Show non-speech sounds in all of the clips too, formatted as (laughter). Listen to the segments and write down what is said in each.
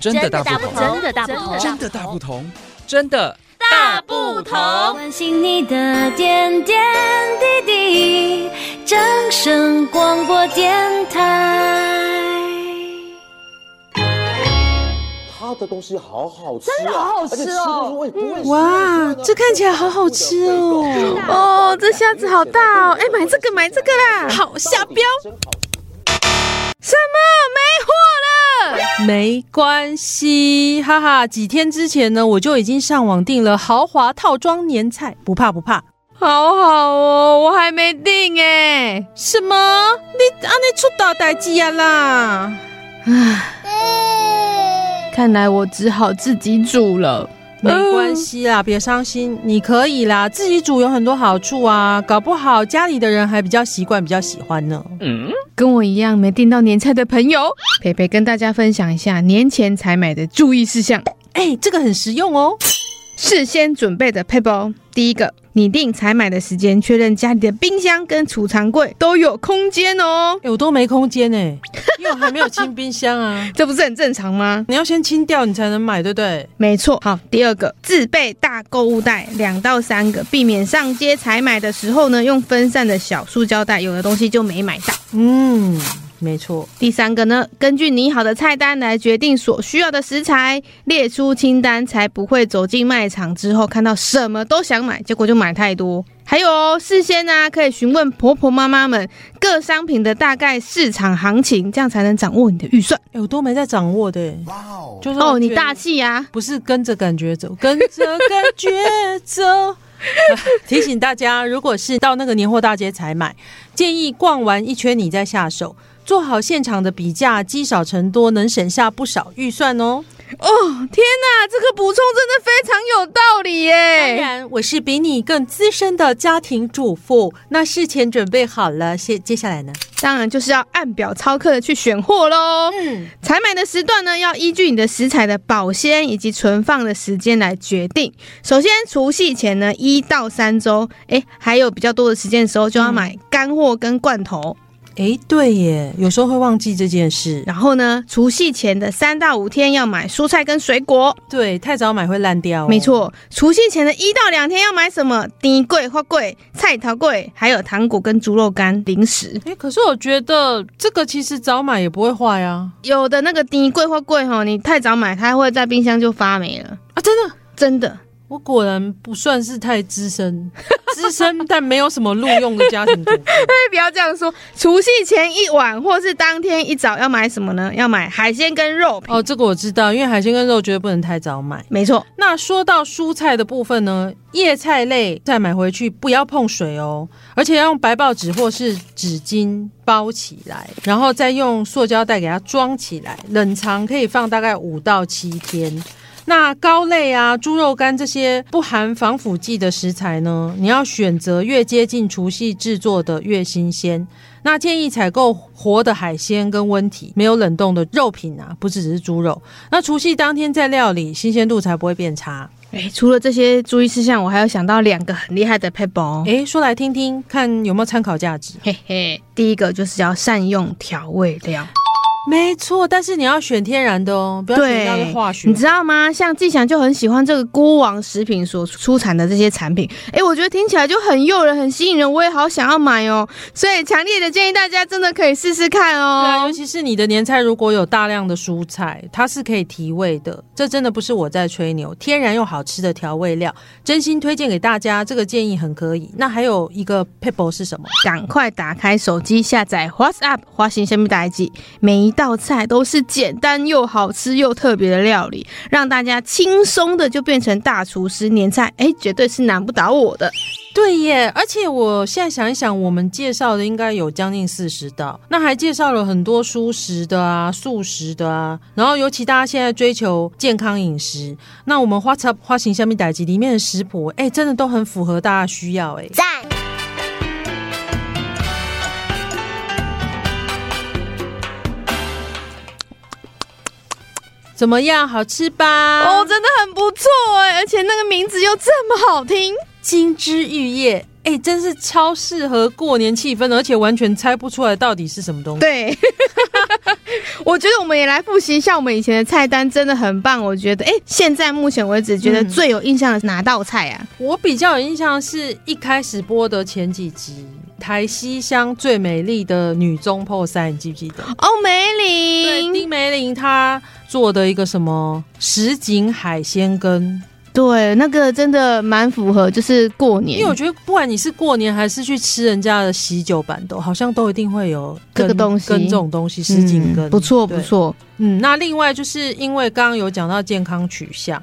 真的大不不同，真的大不同，真的大不同，真的大不同。关心你的点点滴滴，掌声广播电台。他的东西好好吃、啊，真的好好吃哦而且不会不会哇，这看起来好好吃哦！哦，这虾子好大哦！哎，买这个，买这个啦！好下标，什么没货了？没关系，哈哈。几天之前呢，我就已经上网订了豪华套装年菜，不怕不怕。好好哦，我还没订哎。什么？你安尼出大代志啊啦！看来我只好自己煮了。呃没关系啦，别伤心，你可以啦，自己煮有很多好处啊，搞不好家里的人还比较习惯，比较喜欢呢。跟我一样没订到年菜的朋友，培培跟大家分享一下年前采买的注意事项。哎、这个很实用哦。事先准备的 paper，第一个，拟定采买的时间，确认家里的冰箱跟储藏柜都有空间哦。哎、我都没空间呢、因为我还没有清冰箱啊。这不是很正常吗？你要先清掉，你才能买，对不对？没错。好，第二个，自备大购物袋两到三个，避免上街采买的时候呢，用分散的小塑胶袋，有的东西就没买到。嗯，没错。第三个呢，根据拟好的菜单来决定所需要的食材，列出清单，才不会走进卖场之后看到什么都想买，结果就买太多。还有哦，事先呢、可以询问婆婆妈妈们各商品的大概市场行情，这样才能掌握你的预算。哎、我都没在掌握的、就是哦，我你觉得大气呀、不是跟着感觉走， (laughs) 跟着感觉走。 (laughs) 啊提醒大家，如果是到那个年货大街采买，建议逛完一圈你再下手，做好现场的比价，积少成多，能省下不少预算哦。哦，天哪，这个补充真的非常有道理当耶！然，我是比你更资深的家庭主妇，那事前准备好了，接接下来呢？当然就是要按表操课的去选货喽。嗯，采买的时段呢，要依据你的食材的保鲜以及存放的时间来决定。首先，除夕前呢，一到三周，哎，还有比较多的时间的时候，就要买干货跟罐头。哎，对耶，有时候会忘记这件事。然后呢，除夕前的三到五天要买蔬菜跟水果。对，太早买会烂掉、哦没，错，除夕前的一到两天要买什么？丁柜、花柜、菜桃柜，还有糖果跟猪肉干、零食。哎，可是我觉得这个其实早买也不会坏啊。有的那个丁柜、花柜哈，你太早买，它会在冰箱就发霉了，啊，真的。真的。我果然不算是太资深， (laughs) 资深但没有什么录用的家庭主妇。不要这样说。除夕前一晚或是当天一早要买什么呢？要买海鲜跟肉品。哦，这个我知道，因为海鲜跟肉绝对不能太早买。没错，那说到蔬菜的部分呢，叶菜类再买回去不要碰水哦，而且要用白报纸或是纸巾包起来，然后再用塑胶袋给它装起来，冷藏可以放大概五到七天。那膏类啊、猪肉干这些不含防腐剂的食材呢，你要选择越接近除夕制作的越新鲜。那建议采购活的海鲜跟温体，没有冷冻的肉品啊，不只是猪肉。那除夕当天再料理，新鲜度才不会变差。哎，除了这些注意事项，我还有想到两个很厉害的 p e b l 诶，说来听听，看有没有参考价值。嘿嘿，第一个就是要善用调味料，没错，但是你要选天然的哦，不哦要选那个化学。啊你知道吗？像季翔就很喜欢这个孤王食品所出产的这些产品，哎，我觉得听起来就很诱人、很吸引人，我也好想要买哦。所以强烈的建议大家真的可以试试看对啊，哦尤。其是你的年菜如果有大量的蔬菜，它是可以提味的。这真的不是我在吹牛，天然又好吃的调味料，真心推荐给大家。这个建议很可以。那还有一个 people 是什么？赶快打开手机下载 WhatsApp 花型生命打击，每一道菜都是简单又好吃又特别的料理，让大家轻松的就变成大厨师年菜，哎，绝对是难不倒我的。对耶，而且我现在想一想，我们介绍的应该有将近四十道，那还介绍了很多蔬食的啊、素食的啊，然后尤其大家现在追求健康饮食，那我们花茶花型下面打击里面的食谱，哎，真的都很符合大家需要哎。赞。怎么样，好吃吧？哦，真的很不错哎，而且那个名字又这么好听，金枝玉叶，哎，真是超适合过年气氛的，而且完全猜不出来到底是什么东西。对， (laughs) 我觉得我们也来复习一下我们以前的菜单，真的很棒。我觉得，哎、现在目前为止觉得嗯最有印象的是哪道菜啊？我比较有印象是一开始播的前几集，台西乡最美丽的女中破三，你记不记得？哦，梅对，林，丁梅玲她做的一个什么什锦海鲜羹，对，那个真的蛮符合，就是过年，因为我觉得不管你是过年还是去吃人家的喜酒板豆，好像都一定会有这个羹东西羹这种东西，什锦羹、嗯不错不对错，嗯，那另外就是因为刚刚有讲到健康取向，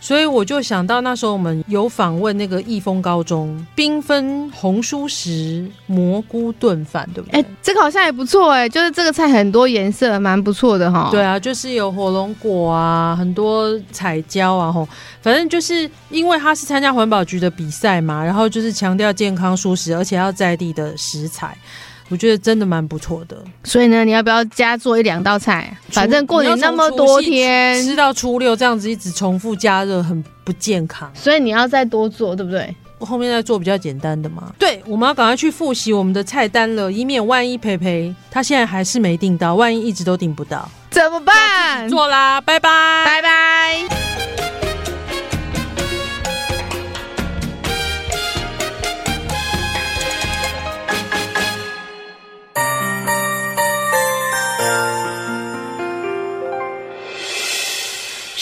所以我就想到那时候我们有访问那个益丰高中，缤纷红蔬食蘑菇炖饭，对不哎、对？这个好像也不错哎、就是这个菜很多颜色，蛮不错的哈。对啊，就是有火龙果啊，很多彩椒啊，吼，反正就是因为他是参加环保局的比赛嘛，然后就是强调健康蔬食，而且要在地的食材，我觉得真的蛮不错的。所以呢，你要不要加做一两道菜？反正过年那么多天，吃到初六这样子一直重复加热，很不健康。所以你要再多做，对不对？后面再做比较简单的嘛。对，我们要赶快去复习我们的菜单了，以免万一培培他现在还是没订到，万一一直都订不到，怎么办？做啦，拜拜，拜拜。